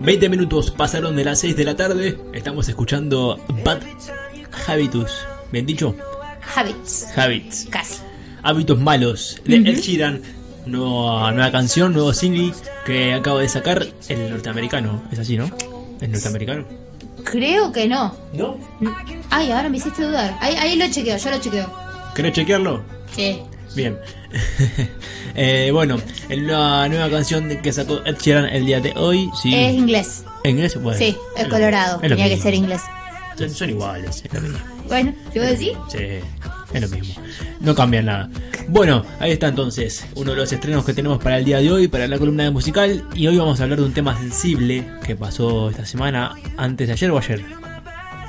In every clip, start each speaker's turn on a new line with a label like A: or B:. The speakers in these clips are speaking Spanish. A: 20 minutos pasaron de las 6 de la tarde. Estamos escuchando Bad Habitus. ¿Bien dicho?
B: Habits.
A: Habits.
B: Casi.
A: Hábitos malos de Ed Sheeran. Nueva, nueva canción, nuevo single que acaba de sacar el norteamericano. Es así, ¿no? El norteamericano.
B: Creo que no.
A: ¿No?
B: Ay, ahora me hiciste dudar. Ahí, ahí lo chequeo, yo lo chequeo.
A: ¿Querés chequearlo?
B: Sí.
A: Bien. Eh, bueno, en la nueva canción que sacó Ed Sheeran el día de hoy. Sí.
B: Es inglés.
A: ¿En inglés? Bueno,
B: Sí, es
A: lo-
B: colorado.
A: es lo
B: Tenía que
A: mismo.
B: ser inglés.
A: Son, son iguales. es lo mismo.
B: Bueno, ¿te voy a decir?
A: Sí, es lo mismo. No cambia nada. Bueno, ahí está entonces uno de los estrenos que tenemos para el día de hoy, para la columna de musical. Y hoy vamos a hablar de un tema sensible que pasó esta semana, antes de ayer o ayer.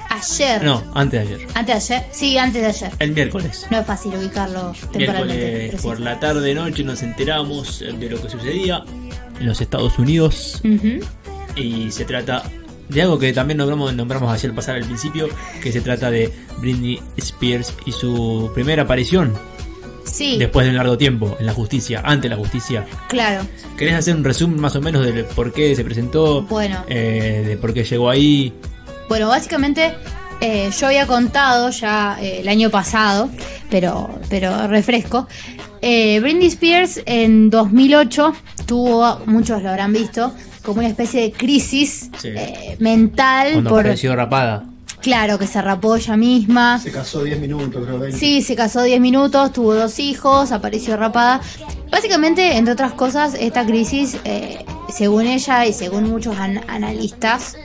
B: Ayer.
A: No, antes de ayer.
B: Antes de ayer. Sí, antes de ayer.
A: El miércoles.
B: No es fácil ubicarlo temporalmente.
A: Miércoles
B: pero sí.
A: por la tarde, noche, nos enteramos de lo que sucedía en los Estados Unidos.
B: Ujú.
A: Y se trata de algo que también nombramos, nombramos ayer pasar al principio, que se trata de Britney Spears y su primera aparición
B: Sí,
A: después de un largo tiempo en la justicia, ante la justicia.
B: claro.
A: ¿Querés hacer un resumen más o menos de por qué se presentó?
B: Bueno.
A: Eh, de por qué llegó ahí.
B: Bueno, básicamente eh, yo había contado ya eh, el año pasado, pero, pero refresco. Eh, Britney Spears en 2008 tuvo, muchos lo habrán visto, como una especie de crisis
A: Sí.
B: eh, mental.
A: Cuando
B: Por,
A: apareció rapada.
B: claro, que se rapó ella misma.
C: Se casó 10 minutos, creo, 20.
B: Sí, se casó 10 minutos, tuvo dos hijos, apareció rapada. Básicamente, entre otras cosas, esta crisis, eh, según ella y según muchos an- analistas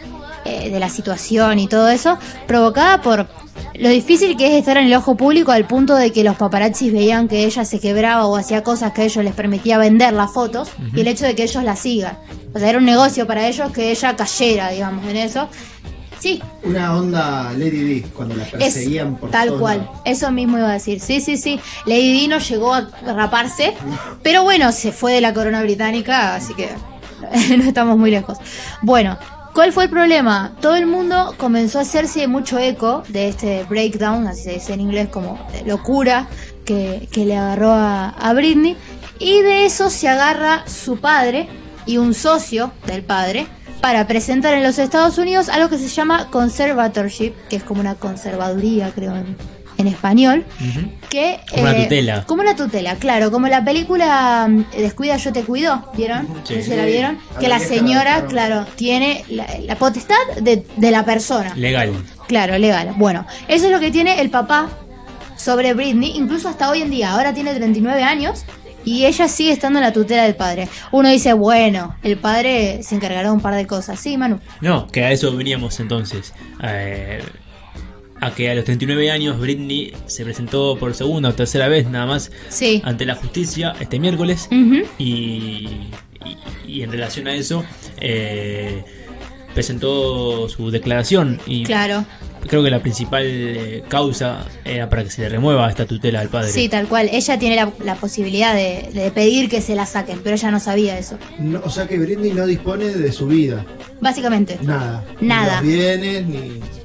B: eh, de la situación y todo eso, provocada por lo difícil que es estar en el ojo público al punto de que los paparazzis veían que ella se quebraba o hacía cosas que a ellos les permitía vender las fotos y el hecho de que ellos la sigan. O sea, era un negocio para ellos que ella cayera, digamos, en eso. Sí,
C: Una onda Lady Di cuando la
B: es
C: perseguían por
B: tal
C: todos
B: cual,
C: lados.
B: eso mismo iba a decir. Sí, sí, sí. Lady Di no llegó a raparse, pero bueno, se fue de la corona británica, así que no estamos muy lejos. Bueno, ¿cuál fue el problema? Todo el mundo comenzó a hacerse mucho eco de este breakdown, así se dice en inglés como locura, que, que le agarró a, a Britney, y de eso se agarra su padre y un socio del padre, para presentar en los Estados Unidos algo que se llama conservatorship, que es como una conservaduría, creo, en, en español. que, eh,
A: Como una tutela.
B: Como una tutela, claro. Como la película mm, Descuida, yo te cuido, ¿vieron?
A: Sí.
B: ¿No se la vieron?
C: Sí, a
B: Que
C: Ah, la
B: la
C: vieja
B: señora,
C: la dejaron.
B: claro, tiene la, la potestad de, de la persona.
A: Ah. Legal.
B: Claro, legal. Bueno, eso es lo que tiene el papá sobre Britney, incluso hasta hoy en día. Ahora tiene 39 años y ella sigue estando en la tutela del padre. Uno dice, bueno, el padre se encargará de un par de cosas. Sí, Manu.
A: No, que a eso veníamos entonces. Eh, a que a los 39 años Britney se presentó por segunda o tercera vez nada más
B: Sí. Mm.
A: ante la justicia este miércoles.
B: Ujú.
A: Y, y- y en relación a eso, eh, presentó su declaración y
B: Claro.
A: creo que la principal eh, causa era para que se le remueva esta tutela al padre.
B: Sí, tal cual. Ella tiene la, la posibilidad de, de pedir que se la saquen, pero ella no sabía eso.
C: No, o sea que Britney no dispone de su vida.
B: Básicamente.
C: Nada.
B: Nada.
C: Ni los bienes, ni.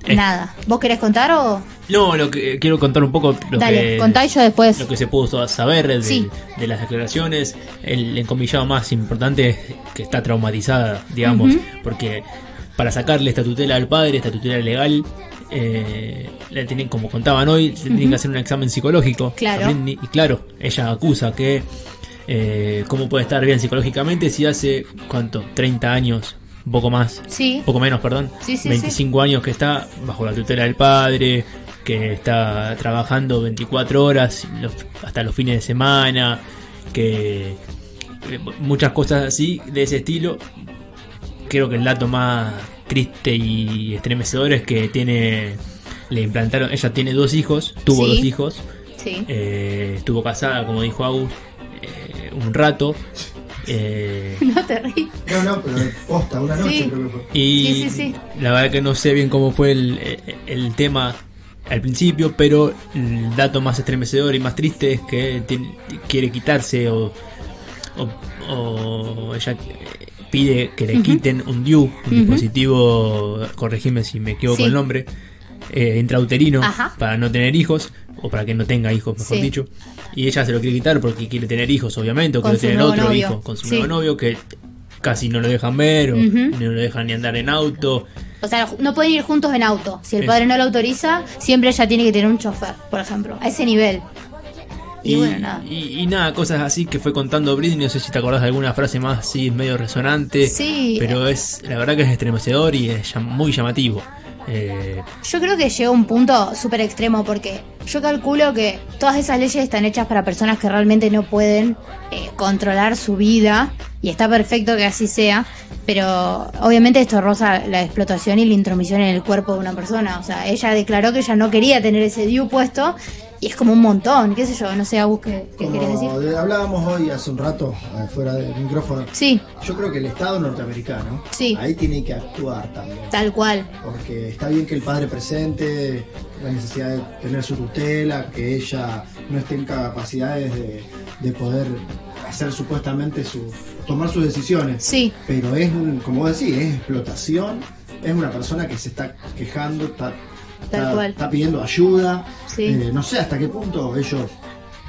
A: Eh.
B: Nada. ¿Vos querés contar o...?
A: No, lo que eh, quiero contar un poco lo
B: Dale,
A: que
B: contá y yo después.
A: lo que se pudo saber de,
B: Sí.
A: de las declaraciones, el encomillado más importante es que está traumatizada, digamos,
B: Ujú.
A: porque para sacarle esta tutela al padre, esta tutela legal, eh, le tienen, como contaban hoy, le tienen que hacer un examen psicológico.
B: Claro.
A: También, Y claro, ella acusa que eh, cómo puede estar bien psicológicamente si hace, ¿cuánto? 30 años, un poco más,
B: Sí.
A: poco menos, perdón,
B: Sí, sí, sí.
A: 25 años que está bajo la tutela del padre, que está trabajando 24 horas los- hasta los fines de semana, que eh, muchas cosas así de ese estilo. Creo que el dato más triste y estremecedor es que tiene le implantaron, ella tiene dos hijos, tuvo
B: Sí.
A: dos hijos,
B: Sí.
A: eh, estuvo casada, como dijo Agus, eh, un rato. eh,
B: No te ríes.
C: No, no, pero posta, una noche
B: Sí.
C: creo que fue.
A: Y
B: Sí, sí, sí.
A: la verdad que no sé bien cómo fue el, el- el tema al principio, pero el dato más estremecedor y más triste es que tiene- quiere quitarse o, o- o ella pide que le quiten un DIU, un dispositivo, corregime si me equivoco
B: Sí.
A: el nombre, eh, intrauterino
B: Ajá.
A: para no tener hijos o para que no tenga hijos, mejor
B: Sí.
A: dicho. Y ella se lo quiere quitar porque quiere tener hijos, obviamente, o
B: Con
A: quiere
B: su
A: tener
B: nuevo
A: otro
B: novio.
A: hijo con su
B: Sí.
A: nuevo novio que casi no lo dejan ver, o
B: Ujú.
A: no lo dejan ni andar en auto.
B: O sea, no pueden ir juntos en auto. Si el
A: Sí.
B: padre no lo autoriza, siempre ella tiene que tener un chofer, por ejemplo. A ese nivel. Y, bueno, nada.
A: y- y nada, cosas así que fue contando Britney. No sé si te acordás de alguna frase más así, medio resonante.
B: Sí.
A: Pero es, la verdad que es estremecedor y es llam- muy llamativo. Eh,
B: Yo creo que llega un punto súper extremo porque yo calculo que todas esas leyes están hechas para personas que realmente no pueden eh, controlar su vida y está perfecto que así sea, pero obviamente esto roza la explotación y la intromisión en el cuerpo de una persona. O sea, ella declaró que ella no quería tener ese DIU puesto y es como un montón, qué sé yo, no sé, Agus, ¿qué, qué querés decir?
C: Como de- hablábamos hoy hace un rato, eh, fuera del micrófono.
B: Sí,
C: Yo creo que el Estado norteamericano
B: Sí.
C: ahí tiene que actuar también.
B: tal cual.
C: Porque está bien que el padre presente, la necesidad de tener su tutela, que ella no esté en capacidades de, de poder hacer supuestamente su. tomar sus decisiones.
B: Sí,
C: Pero es, un, como vos decís, es explotación, es una persona que se está quejando, está,
B: Tal
C: está,
B: cual.
C: está pidiendo ayuda.
B: Sí.
C: Eh, no sé hasta qué punto ellos.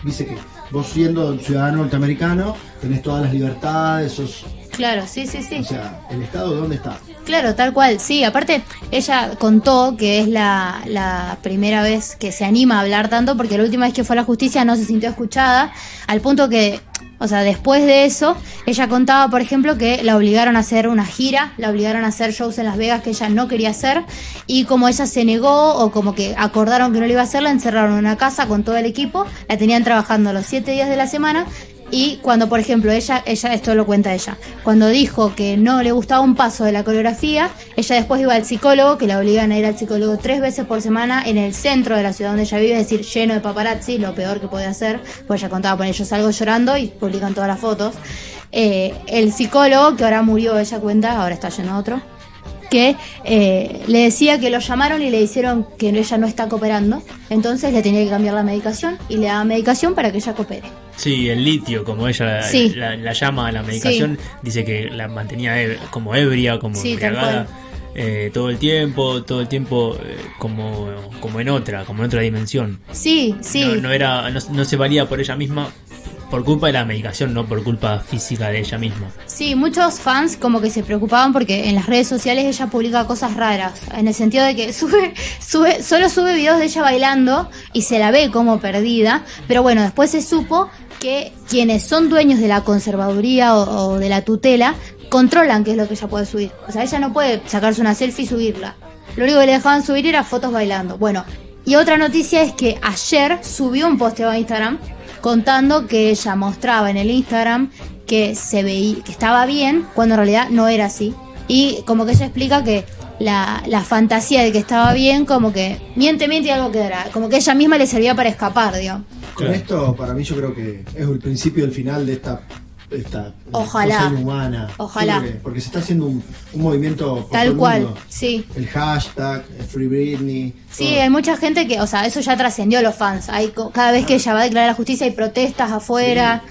C: Dice que vos siendo ciudadano norteamericano tenés todas las libertades, sos-
B: claro, sí, sí, sí.
C: o sea, el Estado dónde está.
B: Claro, tal cual, sí. Aparte, ella contó que es la, la primera vez que se anima a hablar tanto porque la última vez que fue a la justicia no se sintió escuchada, al punto que, o sea, después de eso, ella contaba, por ejemplo, que la obligaron a hacer una gira, la obligaron a hacer shows en Las Vegas que ella no quería hacer y como ella se negó o como que acordaron que no lo iba a hacer, la encerraron en una casa con todo el equipo, la tenían trabajando los siete días de la semana y cuando, por ejemplo, ella, ella, esto lo cuenta ella, cuando dijo que no le gustaba un paso de la coreografía, ella después iba al psicólogo, que la obligan a ir al psicólogo tres veces por semana en el centro de la ciudad donde ella vive, es decir, lleno de paparazzi, lo peor que podía hacer, pues ella contaba por ellos salgo llorando y publican todas las fotos. Eh, el psicólogo, que ahora murió, ella cuenta, ahora está lleno otro, que eh, le decía que lo llamaron y le dijeron que ella no está cooperando, entonces le tenía que cambiar la medicación y le daba medicación para que ella coopere.
A: sí, el litio, como ella
B: Sí.
A: la, la llama a la medicación, dice que la mantenía eb- como ebria, como
B: Sí, tal
A: embriagada.
B: cual.
A: eh, todo el tiempo, todo el tiempo eh, como, como en otra, como en otra dimensión.
B: Sí, sí.
A: No, no era, no, no se valía por ella misma por culpa de la medicación, no por culpa física de ella misma.
B: Sí, muchos fans como que se preocupaban porque en las redes sociales ella publica cosas raras, en el sentido de que sube, sube, solo sube videos de ella bailando y se la ve como perdida, pero bueno, después se supo que quienes son dueños de la conservaduría o, o de la tutela controlan qué es lo que ella puede subir. O sea, ella no puede sacarse una selfie y subirla. Lo único que le dejaban subir era fotos bailando. Bueno, y otra noticia es que ayer subió un posteo a Instagram contando que ella mostraba en el Instagram que se veía que estaba bien cuando en realidad no era así y como que ella explica que la, la fantasía de que estaba bien como que miente miente y algo quedará como que ella misma le servía para escapar digamos
C: Con
A: Claro.
C: esto, para mí, yo creo que es el principio del final de esta. de esta
B: Ojalá.
C: cosa inhumana.
B: Ojalá.
C: Porque, porque se está haciendo un, un movimiento. por todo
B: tal
C: el
B: cual
C: mundo.
B: sí
C: El hashtag, el Free Britney.
B: Sí,
C: todo.
B: hay mucha gente que, o sea, eso ya trascendió los fans. Hay, co- cada vez que ella va a declarar la justicia hay protestas afuera.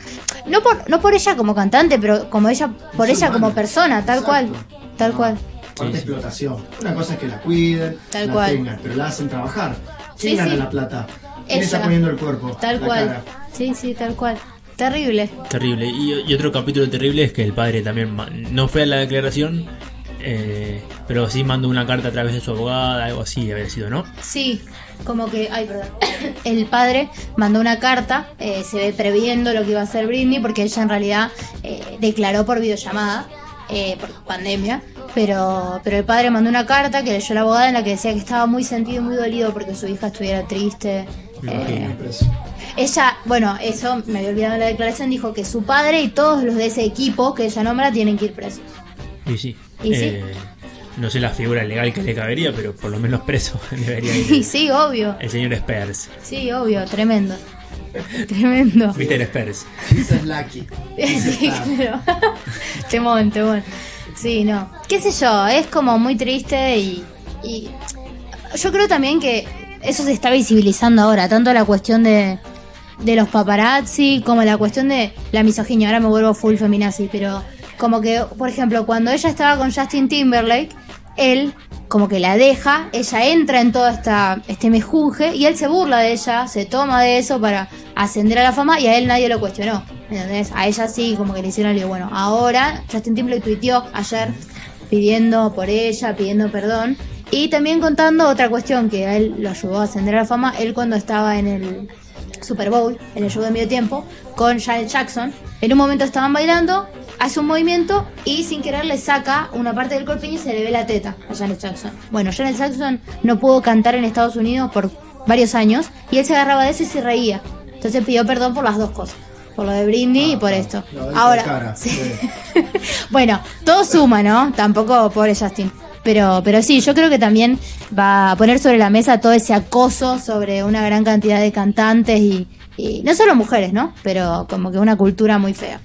B: No por no por ella como cantante, pero como ella por
C: ser
B: ella como
C: humano.
B: persona, tal
C: Exacto.
B: cual. Tal
C: Ah,
B: cual.
A: Sí,
C: Parte
A: sí.
C: explotación. Una cosa es que la cuiden,
B: Tal
C: la
B: cual.
C: tengan, pero la hacen trabajar. ¿Quién
B: Sí,
C: gana
B: sí.
C: la plata? ¿Quién
B: Ella.
C: está poniendo el cuerpo?
B: Tal
C: Ah, la
B: cual.
C: cara?
B: Sí, sí, tal cual. Terrible.
A: Terrible. Y, y otro capítulo terrible es que el padre también ma- no fue a la declaración, eh, pero sí mandó una carta a través de su abogada, algo así había sido, ¿no?
B: Sí, como que, ay, perdón. El padre mandó una carta, eh, se ve previendo lo que iba a hacer Britney, porque ella en realidad eh, declaró por videollamada, eh, por pandemia. Pero, pero el padre mandó una carta que leyó la abogada en la que decía que estaba muy sentido y muy dolido porque su hija estuviera triste.
A: Me
B: eh,
A: imagino.
C: Preso.
B: ella, bueno, eso me había olvidado en la declaración, dijo que su padre y todos los de ese equipo que ella nombra tienen que ir presos.
A: Y sí.
B: Y sí.
A: Eh, No sé la figura legal que le cabería, pero por lo menos preso debería
B: Y
A: ir.
B: sí, obvio,
A: El señor Spears.
B: sí, obvio, tremendo. Tremendo.
A: Mr. Spears.
C: Esa es Lucky.
B: Sí, claro. temón, temón. Sí, no. Qué sé yo, es como muy triste y, y yo creo también que eso se está visibilizando ahora, tanto la cuestión de, de los paparazzi como la cuestión de la misoginia. Ahora me vuelvo full feminazi, pero como que, por ejemplo, cuando ella estaba con Justin Timberlake, él como que la deja, ella entra en todo esta, este mejunje y él se burla de ella, se toma de eso para ascender a la fama y a él nadie lo cuestionó. ¿entendés? A ella sí, como que le hicieron algo. Bueno, ahora Justin Timberlake tuiteó ayer pidiendo por ella, pidiendo perdón. Y también contando otra cuestión que a él lo ayudó a ascender a la fama, él cuando estaba en el Super Bowl, en el show de medio tiempo, con Janet Jackson, en un momento estaban bailando, hace un movimiento y sin querer le saca una parte del corpiño y se le ve la teta a Janet Jackson. Bueno, Janet Jackson no pudo cantar en Estados Unidos por varios años y él se agarraba de eso y se reía. Entonces pidió perdón por las dos cosas. Por lo de Brindy y por esto.
C: Ah, Lo de
B: Ahora,
C: cara,
B: sí.
C: sí.
B: bueno, todo suma, ¿no? Tampoco pobre Justin. Pero, pero sí, yo creo que también va a poner sobre la mesa todo ese acoso sobre una gran cantidad de cantantes y, y no solo mujeres, ¿no? Pero como que una cultura muy fea.